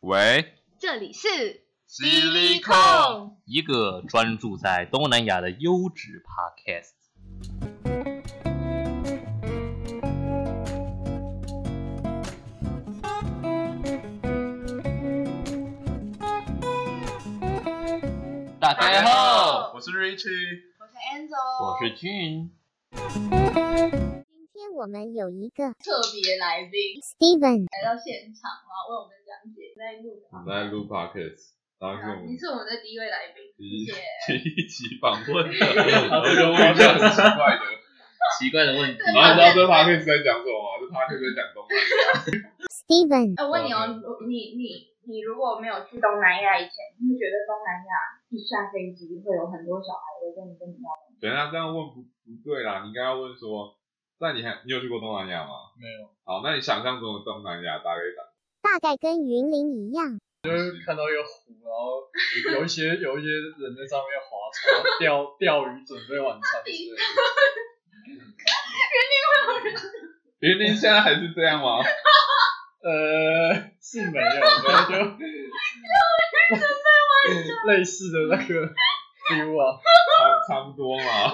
喂，这里是犀利控，一个专注在东南亚的优质 Podcast。大家好，我是 Richie，我是 Angel，我是俊。今天我们有一个特别来宾 Steven，来到现场啊，为我们讲解在录我们在录 podcast，然后是我啊，们你是我们的第一位来宾，第一谢谢。第一期访问， 然后就问一下很奇怪的，奇怪的问题，然后你知道这 podcast 在讲什么吗？这 podcast 在讲东南亚， Steven，哎，我问你哦，如你你你如果没有去东南亚以前，你会觉得东南亚一下飞机会有很多小孩围着你跟你要？等一下这样问不不对啦，你应该要问说，那你还你有去过东南亚吗？没有，好，那你想象中的东南亚大概长？大概跟云林一样，就是看到一个湖，然后有 有一些有一些人在上面划船、钓钓鱼，准备晚餐之类的。云林现在还是这样吗？ 呃，是没有，然后就类似的那个 feel 啊，差差不多嘛。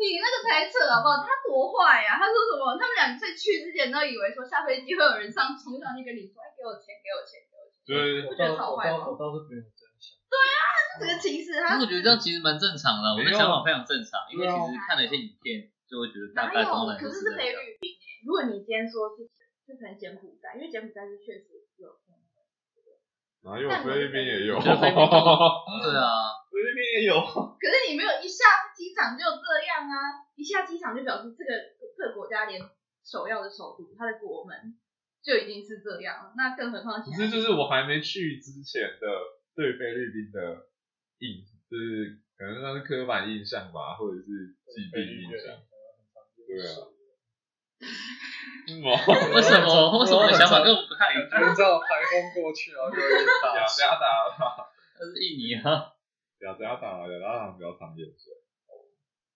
你那个才扯好不好？他多坏啊呀、他说什么？他们俩在去之前都以为说下飞机会有人上冲上去跟你说，哎，给我钱，给我钱，给我钱。就是我倒我倒我倒是没有这样想。这个其实但他是我觉得这样其实蛮正常的，我没的有想法非常正常，因为对啊其实看了一些影片，就会觉得大概哪有东南？亚就可是是这是菲样。律宾、欸。如果你今天说是，就可能柬埔寨，因为柬埔寨是确实有。哪有菲律宾也有，我觉得菲律宾对啊，律宾也有。可是你没有一下机场就这样啊！一下机场就表示这个这个国家连首要的首都，它的国门就已经是这样了，那更何况只现是在就是我还没去之前的对菲律宾的印，就是可能那是刻板印象吧，或者是既定印象。对啊。 什么？ 为什么为什么我的想法跟我们不太一样？就这样排风过去，然后就有点雅大加达啦，那是印尼啊，雅加达，雅加达比较常淹水。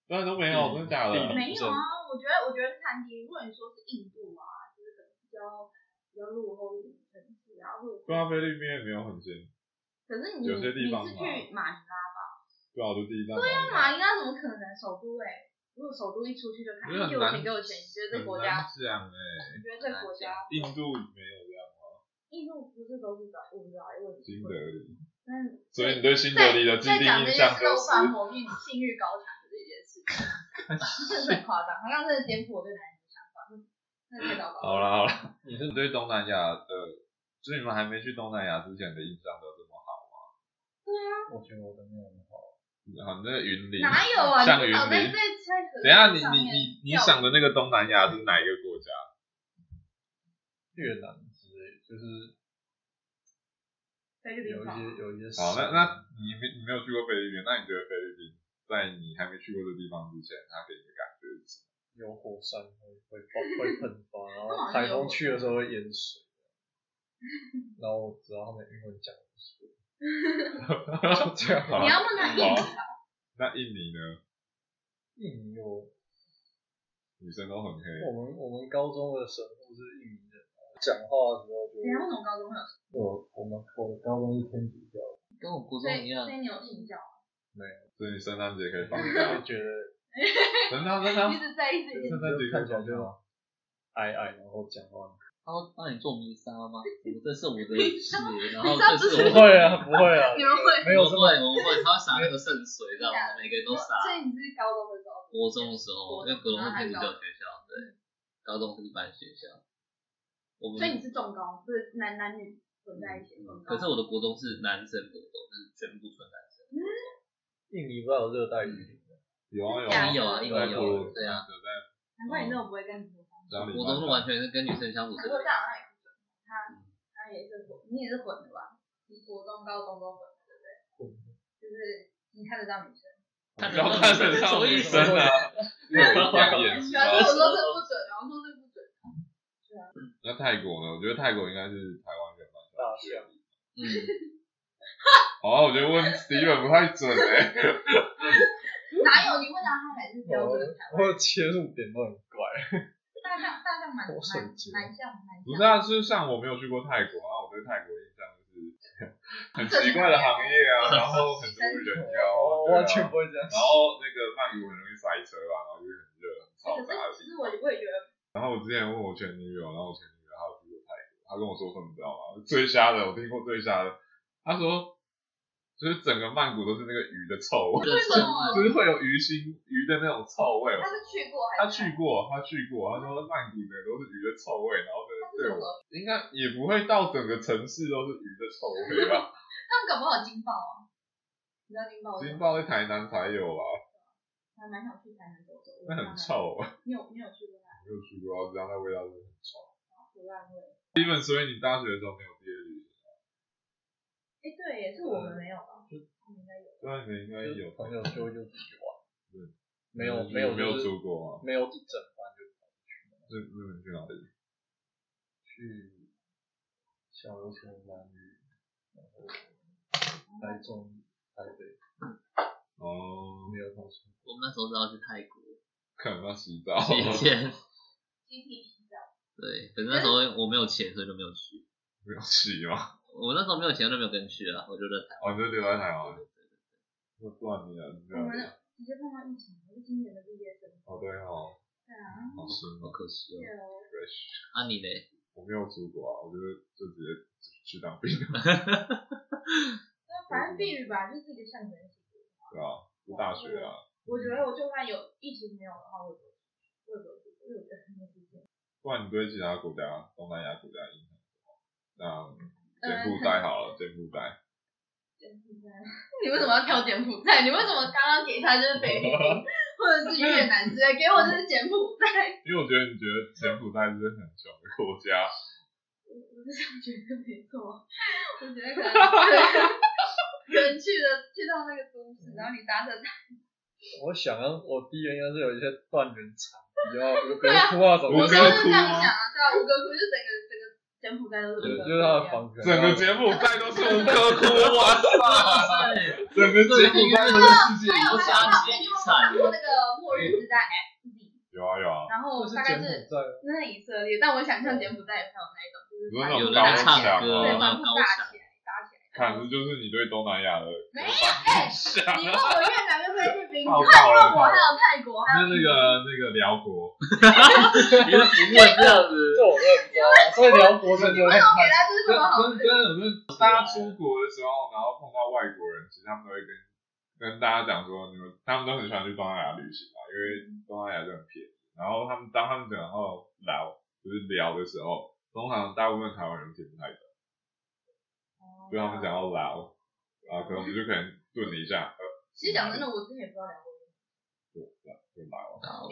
当然都没有，真的假的？ 地没理有啊！我觉得我觉得看你，如果你说是印度啊，就是可能比较比较落后一点的城市啊，或者对是啊，菲律宾也没有很近，可是你有些你地方是嘛去马尼拉吧？对啊，我就第一站。马尼拉怎么可能首都哎、如果首都一出去就看，我给觉得很我难钱给我钱，你觉得这国很家难？讲哎，你觉得这国家？印度没有这样，印度不是都是短，我不知道，因为我新德里。但是所以你对新德里的既在定讲印这件象事就都无法是磨灭你性欲高涨的这件事 情，真的很夸张。好像真的颠覆我对男人的想法，真的太糟糕好了。啦好啦，你是对东南亚的，就是你们还没去东南亚之前的印象都这么好我觉得我的没有很好。吗？好，那个云林，哪有啊？像你云至少在林在。在河等一下，你上你面你你钓鱼想的那个东南亚是哪一个国家？越南之类，就是在这个有地一方些有一些好，那山那你没你没有去过菲律宾，那你觉得菲律宾在你还没去过的地方之前，它给你的感觉是什么？有火山会会爆会喷发，然好后像台有风去的时候会淹水。啊然后我知道他们英文讲的是，这样你要问他印好尼，那印尼呢？印尼我女生都很黑，我们我们高中的神父是印尼人，啊讲话的时候你要就问我高中朋友，我我们我的高中是天主教，跟我国所中一以样所以，你有信 教，所以你圣诞节可以放 假。就觉得真的真的，一直在一直一直圣诞节可看以起来放就假。矮矮，然后讲话他会帮你做弥撒吗？我这是我的血，然后弥撒这是我不的会啊不会啊，你们会？没我有们 这会，么我们会，他会撒那个圣水，知道啊吗？每个人都撒。所以你是高中的时候，国中的时候，因为国中是天主教学校，对，高中是一般学校。我们所以你是重高，就是男男女混在一起嗯重高。可是我的国中是男生国中，就是全部纯男生。印尼不知道有热带雨林吗，有啊有假啊的，有啊，有啊，在有国啊，对啊。在难怪你那么不会跟女生相处。家里国中是完玩全是跟女生相处可是是这样好像也不准，他他也是混，你也是混的吧？你国中、高中都混的，对不对？就是你看得到女生。看不要看得上女生啊，养 眼喜睛欢说啊。我说这不准，然后说这不准。那泰国呢？我觉得泰国应该是台湾人蛮大象嗯，好啊，我觉得问 Steven 不太准哎、啊哪有？你问他，他还是标准的台湾。我的切入点都很怪，大象，大象蛮蛮我手机蛮像蛮不像。啊是啊，就是像我没有去过泰国啊，我对泰国印象就是很奇怪的行业啊，然后很多人妖啊，我对啊完全不会这样然后那个曼谷很容易塞车啊，然后就很热很可嘈杂的是其地实我。方我也觉得，然后我之前问我前女友，然后我前女友她有去过泰国，她跟我说什么你知道吗？最瞎的，我听过最瞎的，她说就是整个曼谷都是那个鱼的臭味，为什么就是会有鱼腥鱼的那种臭味。他是去过还他是去过，他去过，他说曼谷的都是鱼的臭味，然后真的他是对什我么？应该也不会到整个城市都是鱼的臭味吧？他们搞不好有金豹啊，你知道金豹吗？金豹在台南才有啊，还蛮想去台南走走。那很。臭啊，你有你有去过那没有去过，我知道那味道真的很臭。不烂味？基本所以你大学的时候没有毕业旅行，哎，对耶，是我呃们没有吧？他们应该有。对，你们应该有，朋友就就自己玩，嗯没有你没有没有就是出国吗？没有一整班就跑日日本去哪里？去小琉球、南屿，然后台中、台北，哦，没有到处。我们那时候是要去泰国可能要洗澡。洗 钱，集体洗澡。对，可是那时候我没有钱，所以就没有去。没有洗吗？我那时候没有钱，就没有跟去啊，我就在台哦，你就留在台湾湾。。我断你了，你这我样们子。直接碰到疫情，我是今年的毕业生。哦，对哦，对啊。好深好哦可惜哦。对哦。 ，fresh。啊你嘞？我没有出国啊，我就是就直接去当兵，那反正避雨吧，就是一个象征性。对吧、读大学啊，我觉得我就算有疫情没有的话，我也不会我也不会去，因为我觉得很有时间。不然你对其他国家、东南亚国家印象什么？那柬埔寨好了，柬埔寨，嗯柬埔寨， 你为什么要挑柬埔寨？你为什么刚刚给他就是菲律宾或者是越南之类，给我就是柬埔寨？因为我觉得你觉得柬埔寨是很穷的国家，我我是这样觉得没错， 我觉得可能可能去了去到那个都市，然后你搭着它，我想啊，我第一个应该是有一些断人场，比较比如比如哭啊什么我我吴就哥的，是这窟样吗想啊，对啊，吴哥窟就整个整个柬埔寨都是对吴哥窟就是他的房子，整个柬埔寨都是吴哥窟， 哇塞，整个柬埔寨都是自己。还啊有还有还有，你有没有看过那个《末日之战》FZ？嗯有啊有啊，然后这是大概柬是埔寨，那是以色列，但我想象柬埔寨也才有那一种，就是有那把种有你人在唱歌，搭起来对，高墙啊把然幕后高搭 墙起来，搭起来。看这就是你对东南亚的没有哎、想你问我越南跟菲律宾，你快爆爆了问我还有泰国，还有那那个那个辽国，你们不会这 样子。这我真的不知道啊，所以辽国真的就为很什么给 看，他就是真什么好？真真的是大家出国的时候，然后碰到外国人，其实他们都会跟跟大家讲说，你们他们都很喜欢去东南亚旅行啊，因为东南亚就很便宜。然后他们当他们讲到聊，就是聊的时候，通常大部分台湾人听不太懂，就他们讲到聊，啊，可能我们就可能顿了一下，呃，其实讲真的，我之前也不知道聊过，就聊。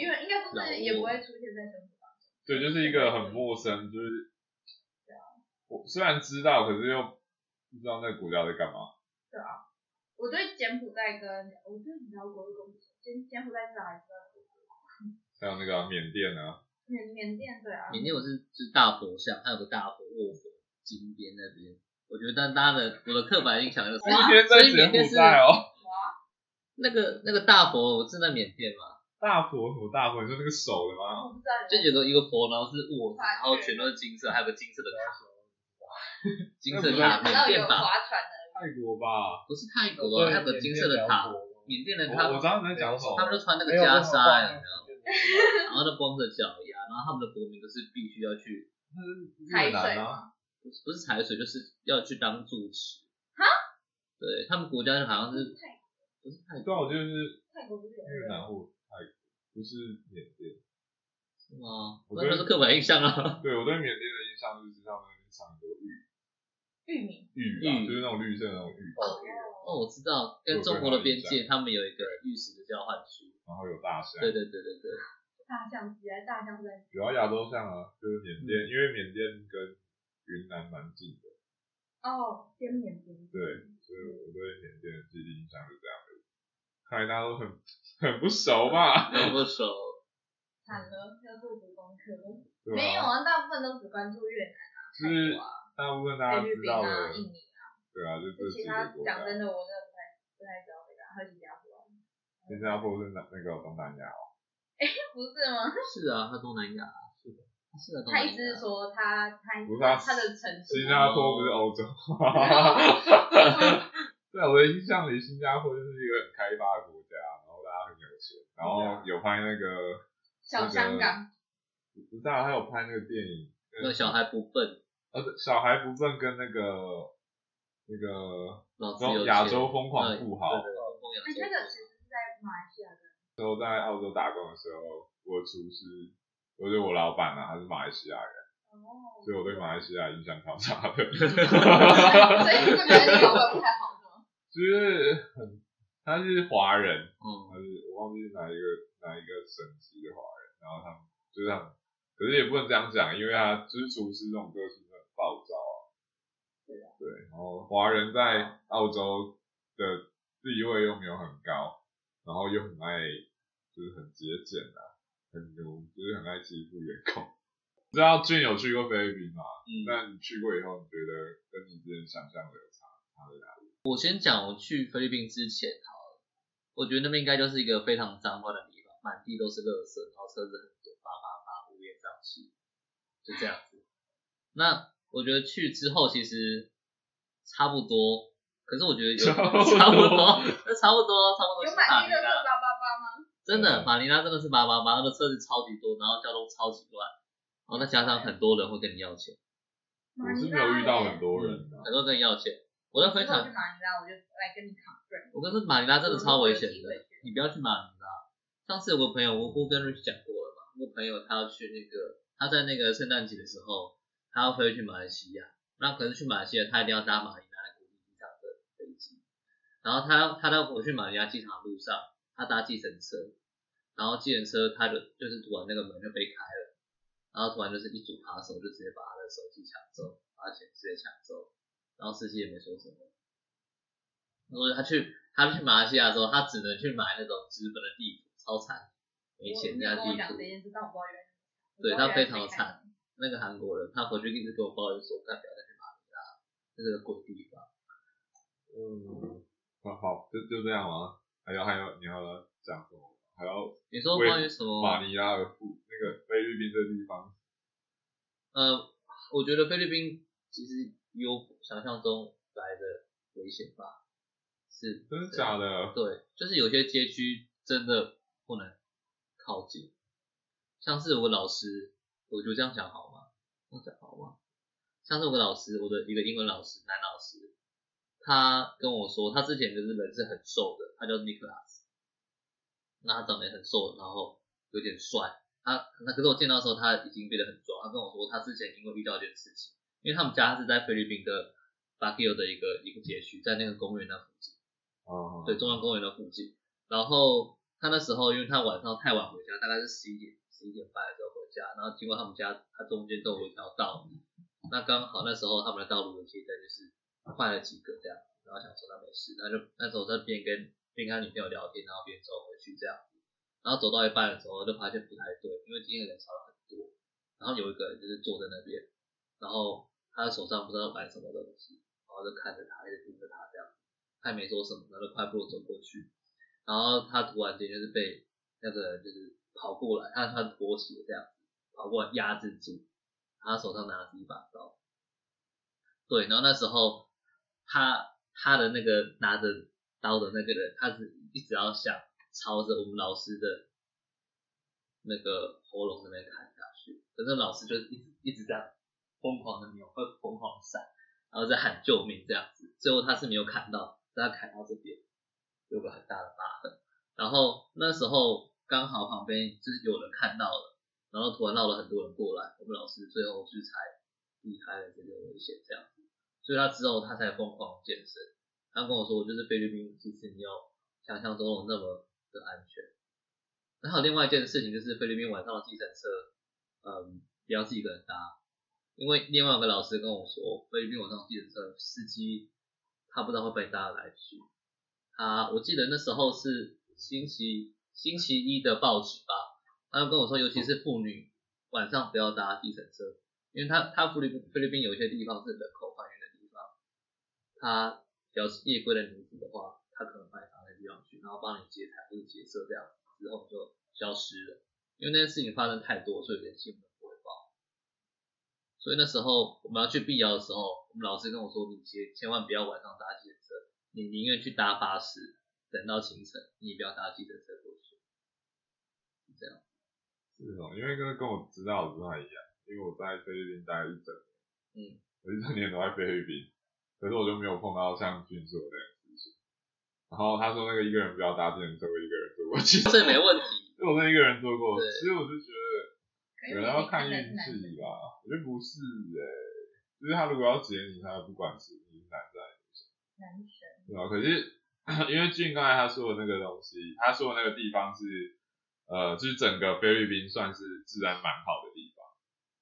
因为应该说是也不会出现在生活当中。对，就是一个很陌生，就是啊我虽然知道，可是又不知道那个国家在干嘛。我对柬埔寨跟我对辽国跟柬柬埔寨至少还知道，还有那个缅甸啊，缅缅甸对啊，缅甸我是是大佛像，还有个大佛卧佛金边那边。我觉得但大家的我的刻板印象就是，今天在所以柬缅甸埔是寨哦，那个那个大佛是在缅甸嘛，大佛什么大佛？你说那个手的吗？我不知道就你们。有个一个佛，然后是卧佛，然后全都是金色，还有个金色的塔，啊 金色塔，我知道缅有甸吧？划船的，泰国吧，不是泰对国啊，还有个金色的塔缅甸辽，国缅甸人他我我知道你在讲什他们么。就穿那个没袈有办裟，法有没换有 然后就光着脚丫，然后他们的国民就是必须要去，嗯越南啊，不是不是踩水，就是要去当住持。对他们国家好像是泰不是泰对啊，我记得是泰国不是有越南或泰国，不是缅甸。是吗？我那觉得就是刻板印象啊。 对我对缅甸的印象就是他们那边长很多玉玉米？玉啊，玉就是那种绿色的那种玉，哦，我知道，跟中国的边界，他们有一个玉石的交换区。然后有大象，对对对对对，大象起来，大象在。主要亚洲象啊，就是缅甸，因为缅甸跟云南蛮近的，哦，滇缅甸。对，所以我对缅甸的记忆印象是这样的。看来大家都很很不熟吧？很不熟。惨了，要做足功课。对没有啊，啊，大部分都只关注越南、就是泰国啊、大部分大家菲知律宾啊、道的，印尼啊，对啊，就这其几他个国家讲。真的，我真的不太不太知道这个，还有新加坡啊，新加坡是南那个东南亚哦，不是吗？是啊，他东南亚。是的，他一直说他他嗯不是啊他的城市新加坡不是欧洲。 对，啊我的印象里，新加坡就是一个很开发的国家，然后大家很有钱，然啊后有拍那个小香港，我不知道，还有拍那个电影，那小孩不笨，呃，小孩不笨跟那个那个老子有钱亚洲疯狂富豪对对对疯狂亚哎，洲那个其实是在马来西亚的，那时候在澳洲打工的时候，我的厨师，我就是我老板啊，他是马来西亚人，哦，所以我对马来西亚印象超差的， 所以就觉得你老板不太好 是吗？就是很他是华人，嗯，他是我忘记是哪一个哪一个省级的华人，然后他们就是他们，可是也不能这样讲，因为他就是厨师这种个性很暴躁啊。对啊。对，然后华人在澳洲的地位又没有很高，然后又很爱就是很节俭啊，很奴，就是很爱欺负员工。 不知道俊有去过菲律宾吗？嗯，那你去过以后，你觉得跟你之前想象的有差差在哪里？我先讲我去菲律宾之前好了，我觉得那边应该就是一个非常脏乱的地方，满地都是垃圾，然后车子很多，叭叭叭，乌烟瘴气，就这样子。那我觉得去之后其实差不多，可是我觉得有差不多差不多， 那差不多差不多有是满马地尼的拉热八八八吗？真的，嗯马尼拉真的是麻麻麻，那个车子超级多，然后交通超级乱，然后再加上很多人会跟你要钱，我是没有遇到很多人啊。很多人跟你要钱。我在分之后享，去马尼拉，我就来跟你 confirm。我跟你说马尼拉真的超危险的我没有机会去，你不要去马尼拉。上次我朋友，我我跟 Rich 讲过了嘛，我朋友他要去那个，他在那个圣诞节的时候，他要飞去马来西亚，那可是去马来西亚他一定要搭马尼拉国际机场的飞机，然后他他到我去马尼拉机场的路上，他搭计程车，然后计程车他就就是突然那个门就被开了，然后突然就是一组扒手就直接把他的手机抢走，把他钱直接抢走，然后司机也没说什么。然后他去他去马来西亚的时候，他只能去买那种纸本的地图，超惨，没钱你加跟地我讲图这。件事，但我不知道原来。对我不知道他非原来常是惨那个韩国人，他回去一直跟我抱怨说，干不要再去马来西亚，这是个鬼地方。嗯，好好，就就这样吗？还有还有，你要讲什么？还有你说我也关于什么？马尼拉的附那个菲律宾这地方，呃，我觉得菲律宾其实有想象中来的危险吧，是真的假的？对，就是有些街区真的不能靠近，像是我老师，我就这样讲好吗？这样讲好吗？像是我个老师，我的一个英文老师，男老师，他跟我说，他之前就是人是很瘦的，他叫 Nicholas，那他长得也很瘦，然后有点帅，他那可是我见到的时候他已经变得很壮，他跟我说他之前因为遇到一件事情，因为他们家是在菲律宾的 Baguio 的一个一个街区，在那个公园那附近。啊，对，中央公园的附近。然后他那时候，因为他晚上太晚回家，大概是十一点、十一点半的时候回家，然后经过他们家，他中间都有一条道路，那刚好那时候他们的道路的街灯就是换了几个这样，然后想说他没事，那就那时候在边跟边跟他女朋友聊天，然后边走回去这样子，然后走到一半的时候就发现不太对，因为今天人潮很多，然后有一个人就是坐在那边，然后他的手上不知道摆什么东西，然后就看着他，一直盯着他这样。他也没说什么，然后就快步地走过去，然后他突然间就是被那个人就是跑过来，他穿拖鞋这样子跑过来压制住，他手上拿着一把刀，对，然后那时候他他的那个拿着刀的那个人，他是一直要想朝着我们老师的那个喉咙那边砍下去，可是老师就是一直一直这样疯狂的扭，会疯狂地闪。然后在喊救命这样子，最后他是没有砍到，但他砍到这边有个很大的疤痕。然后那时候刚好旁边就是有人看到了，然后突然闹了很多人过来，我们老师最后是才避开了这个危险这样子，所以他之后他才疯狂健身。他跟我说，就是菲律宾其实没有想象中的那么的安全。然后还有另外一件事情就是菲律宾晚上的计程车，嗯，不要自己一个人搭，因为另外有个老师跟我说，菲律宾晚上计程车司机他不知道会被搭来去。啊，我记得那时候是星期星期一的报纸吧，他就跟我说，尤其是妇女晚上不要搭计程车，因为他他菲律宾菲律宾有一些地方是人口繁源的地方，他只要是夜归的女子的话，他可能把你搭那地方去，然后帮你接台或者接色这样，之后就消失了。因为那件事情发生太多，所以有些新闻不会报。所以那时候我们要去碧瑶的时候，我们老师跟我说，你千千万不要晚上搭计程车，你宁愿去搭巴士，等到清晨，你也不要搭计程车过去。是这样，是哦，因为跟跟我知道的不太一样，因为我在菲律宾待一整年，嗯，我一整年都在菲律宾，可是我就没有碰到像俊硕那样的事情。然后他说那个一个人不要搭自行车，我一个人坐过去， 这没问题。因为我是一个人坐过，对所以我就觉得可以有人要看运男男气吧，我觉得不是哎、就是他如果要截你，他不管是你是男的男生，对啊，可是 因为俊刚才他说的那个东西，他说的那个地方是，呃，就是整个菲律宾算是治安蛮好的地方。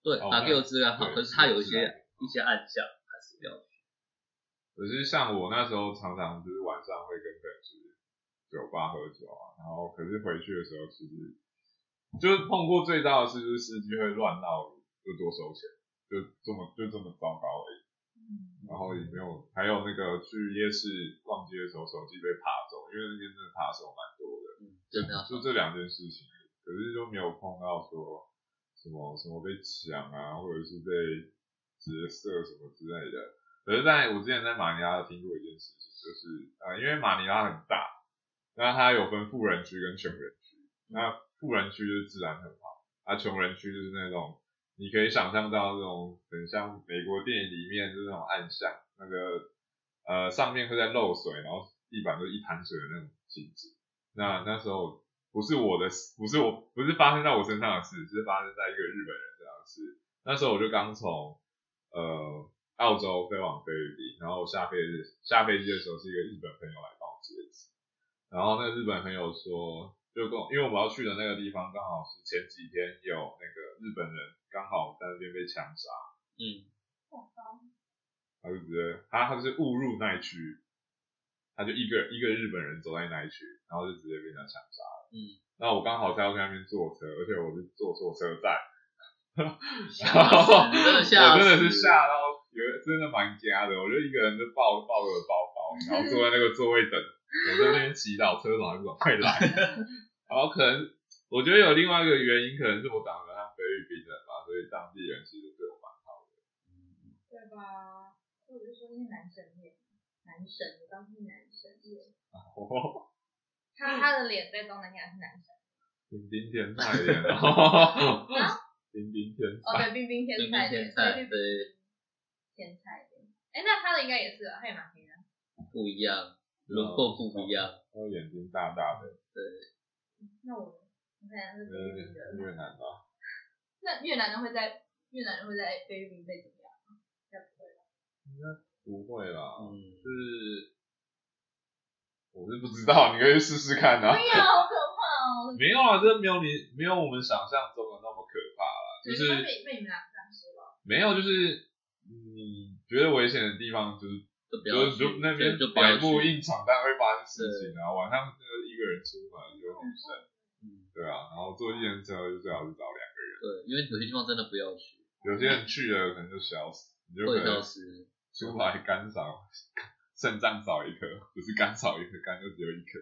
对，哦打给我质量好，对可是它有一是些一些暗项还是要去。可是像我那时候常常就是晚上会跟朋友去酒吧喝酒啊，然后可是回去的时候其实就是碰过最大的事就是司机会乱闹，就多收钱，就这么就这么糟糕而已。嗯，然后也没有，还有那个去夜市逛街的时候手机被扒走，因为那边真的扒手蛮多的。嗯，真的要就这两件事情，可是就没有碰到说什么什么被抢啊，或者是被劫色什么之类的。可是在我之前在马尼拉有听过一件事情，就是呃，因为马尼拉很大，那它有分富人区跟穷人区。那富人区就是治安很好，啊，穷人区就是那种你可以想象到那种很像美国电影里面就是那种暗巷，那个呃上面会在漏水，然后地板都一滩水的那种情景。那那时候不是我的，不是我，不是发生在我身上的事，是发生在一个日本人身上的事。那时候我就刚从呃澳洲飞往菲律宾，然后下飞机下飞机的时候是一个日本朋友来帮我接机，然后那个日本朋友说，就跟我因为我们要去的那个地方刚好是前几天有那个日本人刚好在那边被枪杀， 嗯，我靠，他就直接他他就是误入那一区，他就一个一个日本人走在那一区，然后就直接被人家枪杀了。嗯，那我刚好在要去那边坐车，而且我是坐错车站，吓死，真的吓死，我真的是吓到，有真的蛮瞎的。我就一个人就抱抱着包包，然后坐在那个座位等，我在那边祈祷车长就赶快来。然后可能我觉得有另外一个原因，可能是我长得像菲律宾人吧，所以当地人其实对我蛮好的。对吧？所以我就说因为男生恋，男神，我当时是男神恋， 嗯他他的脸在东南亚是男神，顶顶天菜脸啊哦，顶顶天哦 菜，对，冰冰天对菜天脸，才对冰对天菜脸，哎那他的应该也是吧，他也蛮黑的，不一样，轮廓不一样，然后眼睛大大的，那我我看嗯是菲律宾啊的，呃，越南吧，那越南人会在越南人会在菲律宾被怎么样吗？该不会吧？不会啦，嗯，是，我是不知道，你可以试试看啊哎。呀，好可怕哦！没有啊，这没有你没有我们想象中的那么可怕啦，就所嗯以他是被被你们俩这样说了，没有就是你觉得危险的地方就是就不要去，就是就那边就不要百步去，硬闯，但会发生事情啊。晚上就是一个人出门，有女生，嗯，对啊，然后坐计程车就最好是找两个人，对，因为有些地方真的不要去，有些人去了可能就消失，你就会可消能失。出来肝少，肾脏少一颗，不是肝少一颗，肝就只有一颗，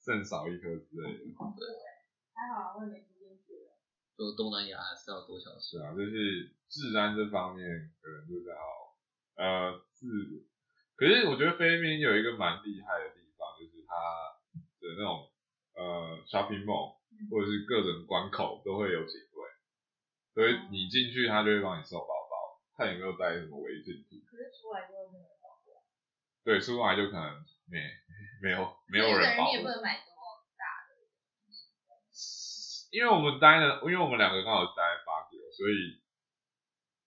肾少一颗之类的。还好啊我也没时间去了。就东南亚还是要多小心是。啊，就是治安这方面可能就是要呃自，可是我觉得菲律宾有一个蛮厉害的地方，就是它的那种呃 shopping mall 嗯或者是各种关口都会有警卫，所以你进去他就会帮你搜包包，看有没有带什么违禁品。可是出来就没有对，出来就可能没没有没有人人保你也不护，能买多。因为我们待的，因为我们两个刚好待八九，所以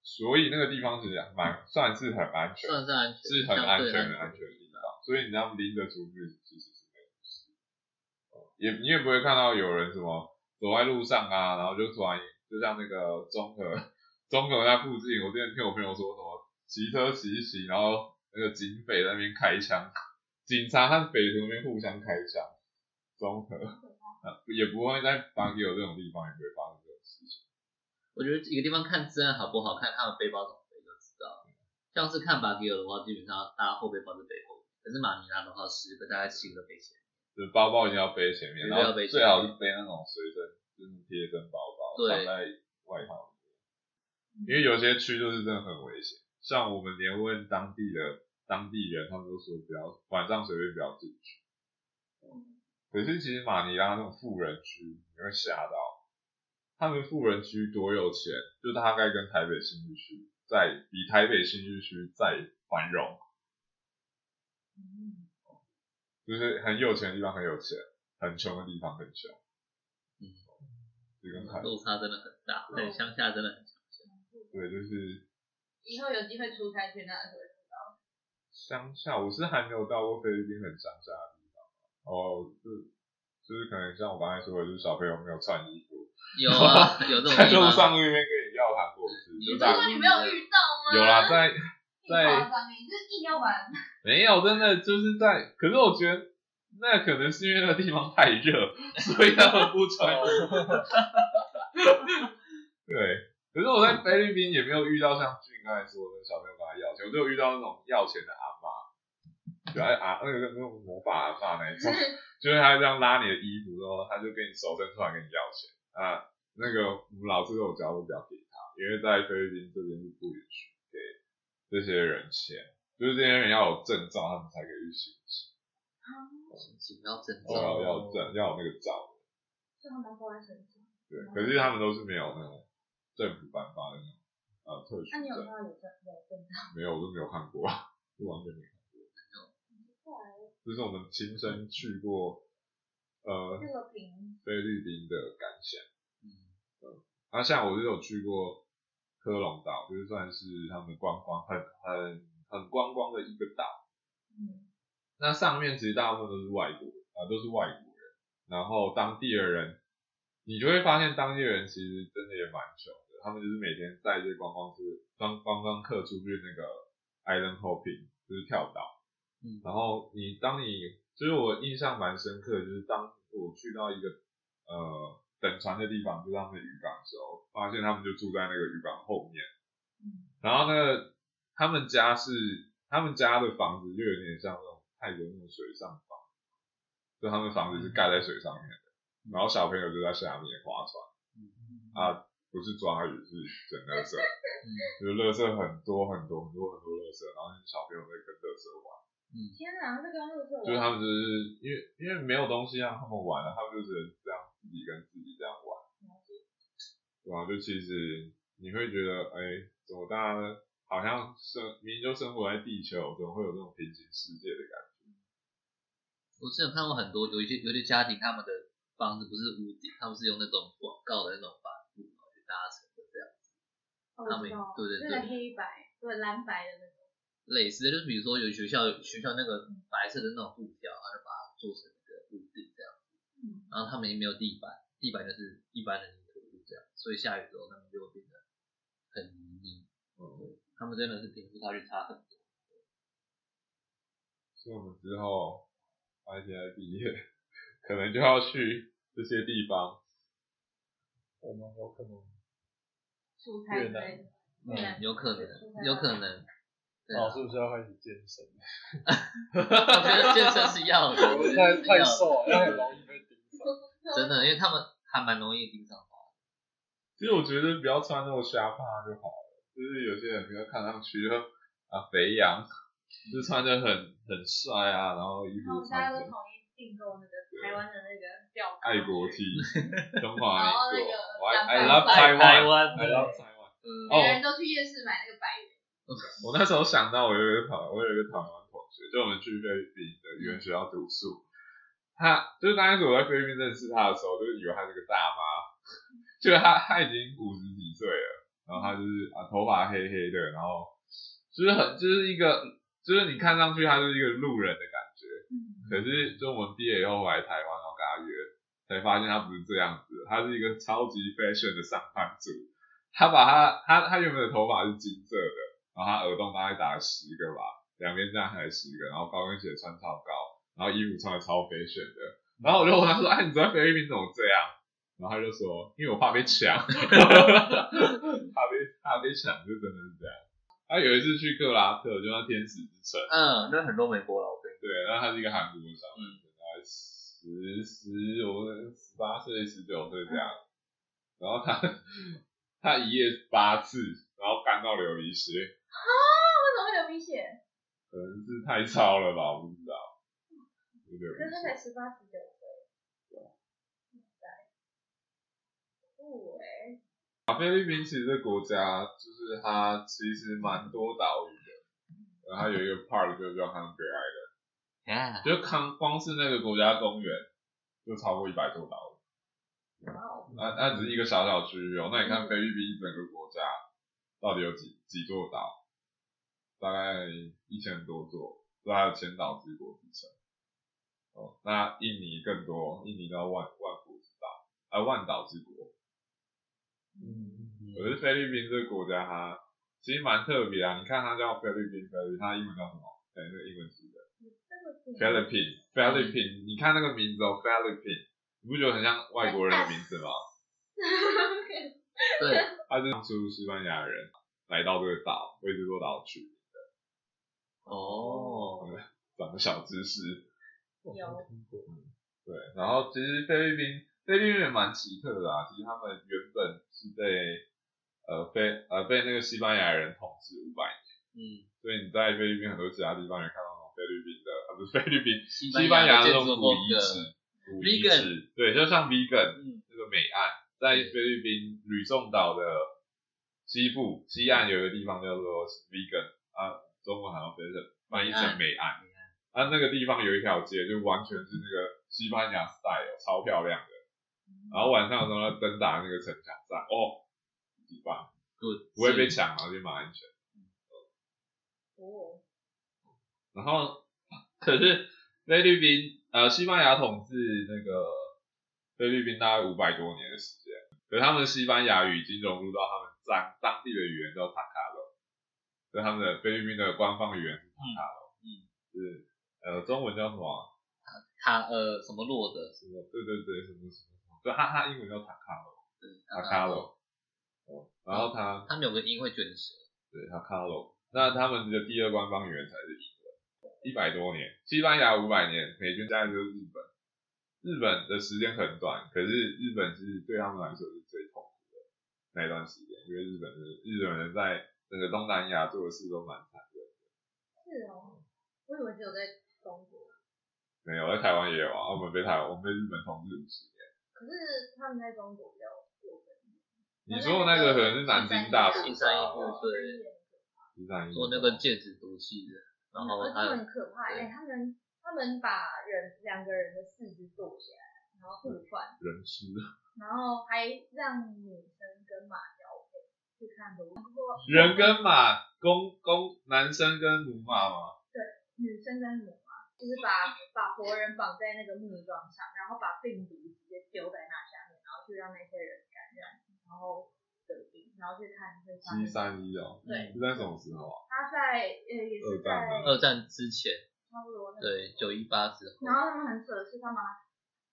所以那个地方其实蛮算是很安全算的。是安全，是很安全、很相对安全的地方，所以你这样拎着出去其实是没有事，哦也你也不会看到有人什么走在路上啊，然后就突然就像那个中和 中和那附近，我之前听我朋友说什么骑车骑一骑，然后那个警匪在那边开枪，警察和匪徒那边互相开枪，中和、啊、也不会在巴基有这种地方也不会发生这种事情，我觉得一个地方看治安好不好，看他们背包怎么背就知道。像是看巴迪尔的话，基本上大家后背包是背后，可是马尼拉的话，十个大概七个背前。就是包包一定要背前面，绝然对要后背前面最好是背那种随身就是贴身包包，对放在外套。因为有些区就是真的很危险，像我们连问当地的当地人，他们都说不要晚上随便不要进去。可是其实马尼拉那种富人区，你会吓到，他们富人区多有钱，就大概跟台北新一区在比台北新一区再繁荣，嗯就是很有钱的地方很有钱，很穷的地方很穷。嗯，就跟台落差真的很大，在乡下真的很强。对，就是以后有机会出差去那的时候，乡下，我是还没有到过菲律宾很乡下的地方。哦，是，就是可能像我刚才说的，就是小朋友没有穿衣服，有啊，有这 种在地路方。上那边跟你要糖果吃，就你大说你没有遇到吗？有啦，在在太夸张了，你欸就是硬要把啊没有真的就是在，可是我觉得那可能是因为那个地方太热，所以他们不穿衣服。 对，可是我在菲律宾也没有遇到像俊刚才说的小朋友跟他要钱，我只有遇到那种要钱的阿妈，有啊啊那个那种魔法阿妈那一种，就是他这样拉你的衣服，然后他就给你手伸出来跟你要钱啊。那个我们老师都有教我不要给他，因为在菲律宾这边是不允许给这些人钱，就是这些人要有证照，他们才可以去行乞，请要正要照，哦要有证，要有那个照。这么难过在身上。对，可是他们都是没有那种政府颁发的那种呃特许那你有看到证，有这有这没有，我都没有看过， 我完全没看过来过，这是我们亲身去过呃这个屏菲律宾的感想。嗯，那、啊像我就有去过科隆岛，就是算是他们观光很很很观光的一个岛。嗯，那上面其实大部分都是外国人啊、都是外国人，然后当地的人，你就会发现当地人其实真的也蛮穷的，他们就是每天带这些观光客、观观光客出去那个 island hopping，就是跳岛。嗯然后你当你，就是我印象蛮深刻的，就是当我去到一个呃等船的地方，就是他们的渔港的时候，发现他们就住在那个渔港后面。然后呢，他们家是他们家的房子就有点像那种泰国那种水上房，就他们房子是盖在水上面的，然后小朋友就在下面划船，啊，不是抓鱼是整垃圾， 就是垃圾很多很多很多很多垃圾，然后小朋友在跟垃圾玩，天哪，这个用的是我就是他们就是因为因为没有东西让他们玩了，他们就只能这样自己跟自己这样玩，对啊，就其实你会觉得，哎、怎么大家好像生明明就生活在地球，怎么会有这种平行世界的感觉？我之前看过很多有一些有一些家庭他们的房子不是屋顶，他们是用那种广告的那种帆布然后去搭成的这样，哦他们我知道对对对那个黑白对蓝白的那种，类似的就是比如说有学校有学校那个白色的那种布条，然后就把它做成一个屋顶这样，嗯，然后他们也没有地板，地板就是一般的泥土路这样，所以下雨之后他们就会变得很泥泞，嗯，他们真的是贫富差距差很多。所以我们之后 ITI 毕业，可能就要去这些地方，我们有可能出差之越类南的，嗯越南有可能，有可能。 对啊老师不是要开始健身？我觉得健身是要的，我太太瘦了，要那的很容易被顶上。真的，因为他们还蛮容易盯上的。其实我觉得不要穿那么瞎怕就好了，就是有些人比较看上去就啊肥羊，就穿的很很帅啊，然后衣然后我们服大家穿的都统一订购那个台湾的那个吊带爱 国 T，中华然后民那国个我爱，I 蓝 love 哦白 Taiwan，I 湾 love Taiwan。嗯，每人都去夜市买那个白元，我那时候想到，我有一个台，我有一个台湾同学，就我们去菲律宾的语言学校读书，他就是刚开始我在菲律宾认识他的时候，就是以为他是个大妈，就是他他已经五十几岁了，然后他就是啊头发黑黑的，然后就是很就是一个就是你看上去他就是一个路人的感觉，嗯，可是就我们毕业以后回来台湾，然后跟他约，才发现他不是这样子的，他是一个超级 fashion 的上班族。他把他他他原本的头发是金色的，然后他耳洞大概打了十个吧，两边这样还有十个，然后高跟鞋穿超高，然后衣服穿的超 fashion 的。然后我就问他说：“哎、你在菲律宾怎么这样？”然后他就说：“因为我怕被抢， 怕被怕被抢，就真的是这样。”他有一次去克拉克，就那天使之城。嗯，那很多美国老兵，对，然后他是一个韩国小男生，大概十十我十八岁、十九岁这样。然后他他一夜八次，然后干到流鼻血，为什么会流鼻血？可能是太超了吧，我不知道。有点可是他才十八十九岁，对，酷哎、啊，菲律宾其实这国家就是它其实蛮多岛屿的，然后它有一个 park 就叫 Hungry Island，啊，就康光是那个国家公园就超过一百座岛屿，哇哦，那那只是一个小小区域哦。那你看菲律宾整个国家到底有几几座岛？大概一千多座，所以它有千岛之国之称。哦，那印尼更多，印尼到万万国之岛，啊万岛之国。嗯，可是菲律宾这个国家它其实蛮特别啊，你看它叫菲律宾，菲律宾它英文叫什么？哎、那个英文是的这个是 Philippine，Philippine，你看那个名字哦，Philippine，你不觉得很像外国人的名字吗？对， 他是当初西班牙人来到这个岛，为这座岛取名，哦，长个小知识。 有对，然后其实菲律宾菲律宾也蛮奇特的啊，其实他们原本是被呃被呃被那个西班牙人统治五百年，嗯，所以你在菲律宾很多其他地方也看到那种菲律宾的，啊不是菲律宾西西班班牙牙的的建那种筑古风遗格，址，古遗址，对，就像 vegan 嗯，那个美岸，在菲律宾吕宋岛的西部西岸有一个地方叫做 Vegan 啊，中文好像翻成翻译成美岸。啊，那个地方有一条街，就完全是那个西班牙 style，超漂亮的。然后晚上的时候要挣扎那个城墙上，哦，很棒， good，不会被抢，啊然后就蛮安全。哦，然后可是菲律宾呃西班牙统治那个菲律宾大概五百多年的时间，可是他们西班牙语已经融入到他们当当地的语言叫塔卡罗，所以他们的菲律宾的官方语言是塔卡罗，嗯嗯，就是呃中文叫什么啊？他呃什么洛的，什么？对对对，什么什么什么？对，哈哈，英文叫塔卡罗，对，塔卡罗，哦，然后他。他们有个音会卷舌，对，他卡罗。那他们的第二官方语言才是英文，一百多年，西班牙五百年，美军加起来就是日本。日本的时间很短，可是日本是对他们来说是最痛苦的那一段时间，因为日本是日本人在整个东南亚做的事都蛮惨的。是哦，我以为只有在中国，没有，在台湾也有啊，我们被台湾，我们被日本统治五十年。可是他们在中国比较过分。你说的那个可能是南京大屠一杀哦三一吧，部对，一三一做那个剑指毒气的，然后而且他很可怕，哎、他们他们把人两个人的四肢剁下来，然后嗯互换，人吃，然后还让女生跟马交配，去看如果人跟马，公公男生跟母马吗？女生跟母嘛，就是把把活人绑在那个木桩上，然后把病毒直接丢在那下面，然后去让那些人感染，然后得病，然后去看会发生。七三一哦，对是在什么时候啊？他在呃也是二在战吗二战之前，差不多那个对，九一八之后然，后他们很扯的是，他们还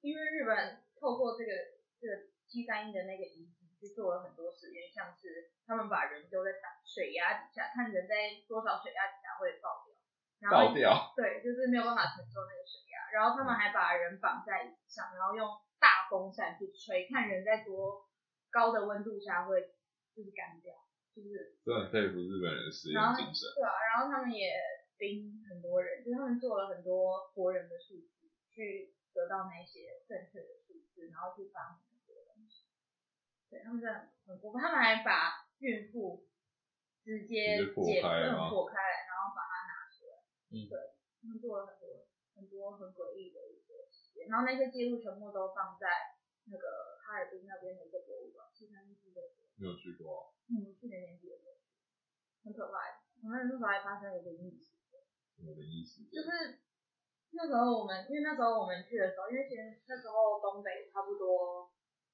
因为日本透过这个这个七三一的那个遗迹去做了很多实验，像是他们把人丢在打水压底下，看人在多少水压底下会爆掉，然后爆掉，对，就是没有办法承受那个水压。然后他们还把人绑在椅子上，然后用大风扇去吹，看人在多高的温度下会就是干掉，就是真的很佩服日本人的实验然后精神。对啊，然后他们也冰很多人，就是他们做了很多活人的数据，去得到那些正确的数字，然后去发明很多东西。对他们真的很很过分，他们还把孕妇直接直接破解开了吗剖破开来，然后把它拿出来。嗯对，他们做了很多很多很诡异的一些实验，然后那些记录全部都放在那个哈尔滨那边的一个博物馆，西山区的博物馆你有去过？嗯，去年年底的时候，很可怕。我们那时候还发生了一个意事，我的意思就是那时候我们，因为那时候我们去的时候，因为其实那时候东北差不多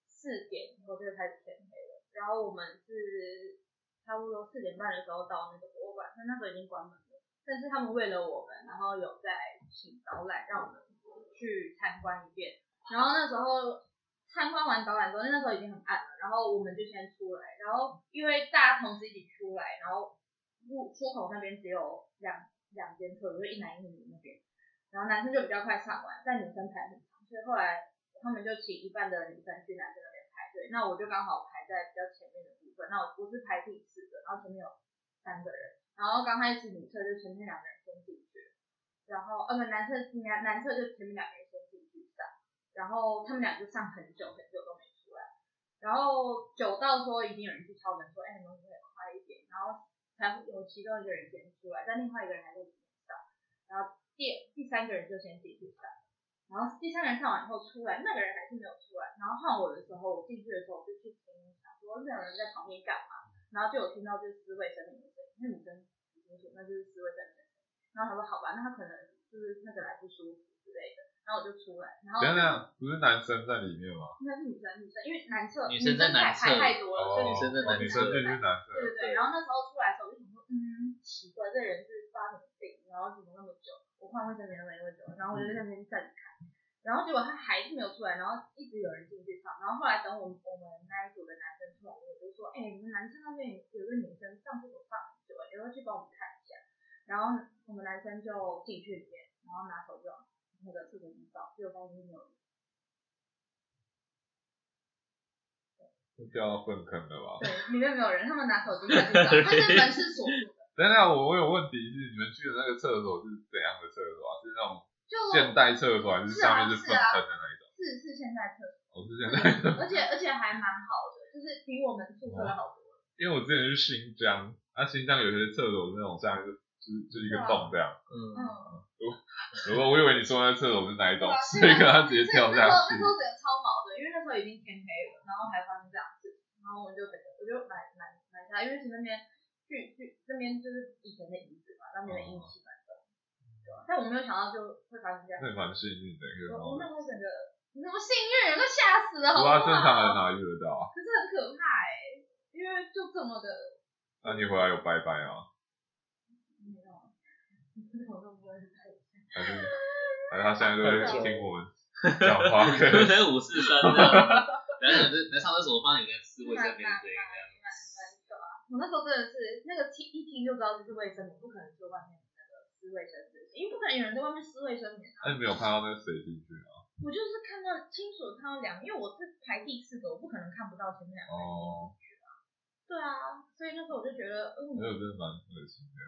四点以后就开始天黑了，然后我们是差不多四点半的时候到那个博物馆，但那时候已经关门了。但是他们为了我们，然后有在请导览让我们去参观一遍。然后那时候参观完导览之后，因为那时候已经很暗了，然后我们就先出来，然后因为大家同时一起出来，然后入出口那边只有两两间厕所，就一男一女那边，然后男生就比较快上完，但女生排很长，所以后来他们就请一半的女生去男生那边排队，那我就刚好排在比较前面的部部分，那我我是排第四个，然后前面有三个人，然后刚开始女厕就前面两个人先进去，然后呃不男厕男男厕就前面两个人先进去上，然后他们俩就上很久很久都没出来，然后久到说已经有人去敲门说，哎、你们可不可以快一点，然后才会有其中一个人先出来，但另外一个人还在里面上，然后第第三个人就先进去上。然后第三个人上完以后出来，那个人还是没有出来。然后换我的时候，我进去的时候我就去听，想说那个人在旁边干嘛？然后就有听到就是撕卫生棉的声音，那女生很清楚那就是撕卫生棉的声音。然后他说好吧，那他可能就是那个来不舒服之类的。然后我就出来，然后等一下等一下，不是男生在里面吗？那是女生，女生因为男厕女生生在男厕排太多了，所以哦，女生在哦男女厕生进去男厕，对对对，然后那时候出来的时候，我就想说，嗯，奇怪，这人是发什么病？然后怎么那么久？我换卫生棉都没多久，然后我就嗯在那边站着看，然后结果他还是没有出来，然后一直有人进去唱，然后后来等我们我们那一组的男生出来，我就说，哎、你们男生那边有个女生上厕所上很久，你要不要去帮我们看一下？然后我们男生就进去里面，然后拿手就往那个厕所里找，结果发现没有人。就掉到粪坑了吧？对，里面没有人，他们拿手机拿去 找，但是门是锁住的，等一下，我我有问题是，你们去的那个厕所是怎样的厕所啊？是那种就现代厕所，还是哦是啊上面是粪坑的那一种？是是现在厕所。我是现代，而且而且还蛮好的，就是比我们宿舍的好多。因为我之前去新疆，啊，新疆有些厕所是那种下面就就是就是一个洞这样。嗯，嗯，如果我以为你说那厕所是哪一种对啊，哦啊所以跟他直接那跳那时候下那时。去候整个超毛的，因为那时候已经天黑了，然后还发生这样的事情，然后我们就整个我就蛮蛮蛮吓，因为是那边去去那边就是以前的遗址嘛，那边的遗迹蛮重，对啊吧？但我没有想到就会发生这样那。也蛮幸运的，因为我我那不时候整个你怎么幸运，都吓死了，好不好？知道正常人哪遇得到啊？可是很可怕哎、因为就这么的那你回来有拜拜吗？没有，啊我都不会太还是还是他现在都在听我们讲 话？可能五四三这样，然后来上厕所我发现你在吃卫生棉的声音这样。啊我那时候真的是那个听一听就知道这是卫生棉，不可能是外面那个撕卫生纸，因为不可能有人在外面撕卫生棉啊。那你没有看到那个谁进去啊？我就是看到清楚地看到两，因为我是排第四个，我不可能看不到前面两个哦人已经进去了。对啊，所以那时候我就觉得，嗯，那我哎真的蛮恶心的，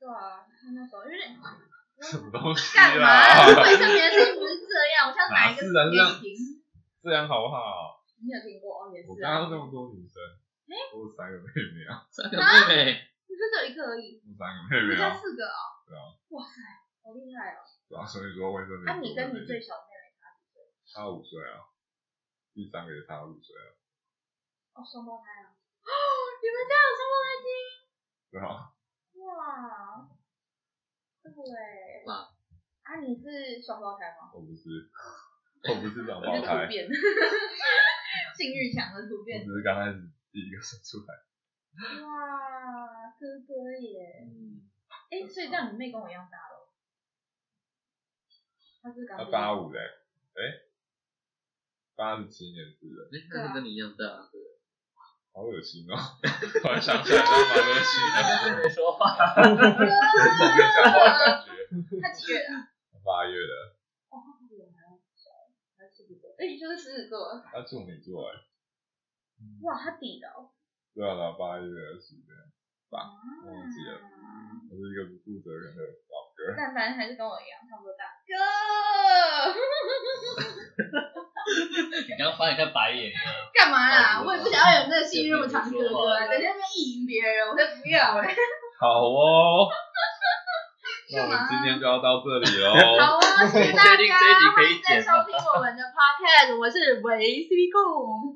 对啊，那时候因为什么东西干嘛啊？卫生 棉的事情不是这样，我像哪一个哪是啊给你听？这样好不好？你有听过哦，也我是刚啊刚，这么多女生，我有三个妹妹啊，三个妹妹，你就只有一个而已，我三个妹你妹才啊，四个哦。对啊，哇塞，好厉害哦！对啊，所以说为什么？那你跟你最小妹妹差五岁啊，第三个也差五岁啊，哦，双胞胎啊！哦，你们家有双胞胎基因？对啊，哇，对。哇啊，你是双胞胎吗？我不是，我不是双 我胞是突胎，变，性欲强的突我变。只是刚开始第一个生出来，哇，哥哥耶！嗯，哎、所以这样你妹跟我一样大咯。她是刚她毕业 八五嘞，哎，八十七年制的。哎，那是跟你一样大，对好恶心哦！ 突然想起来，蛮恶心的。都没说话。没有讲话的感觉。她几月的啊？ 八月的，哦，她比我还要小，她狮子座。哎、你就是狮子座。他处女座哎。哇，她底的哦。对啊，对啊八月二十的，吧，嗯忘啊记了。我是一个不负责任的老哥。但凡还是跟我一样，差不多大。哥。你刚刚翻一下白眼，干嘛啦？我也不想要有那个信任那么长哥哥啊，整天在意淫别人，我才不要哎、好哦。那我干嘛啊们今天就要到这里哦好喽。啊，谢谢大家，欢迎再收听我们的 podcast，我是维 C 控。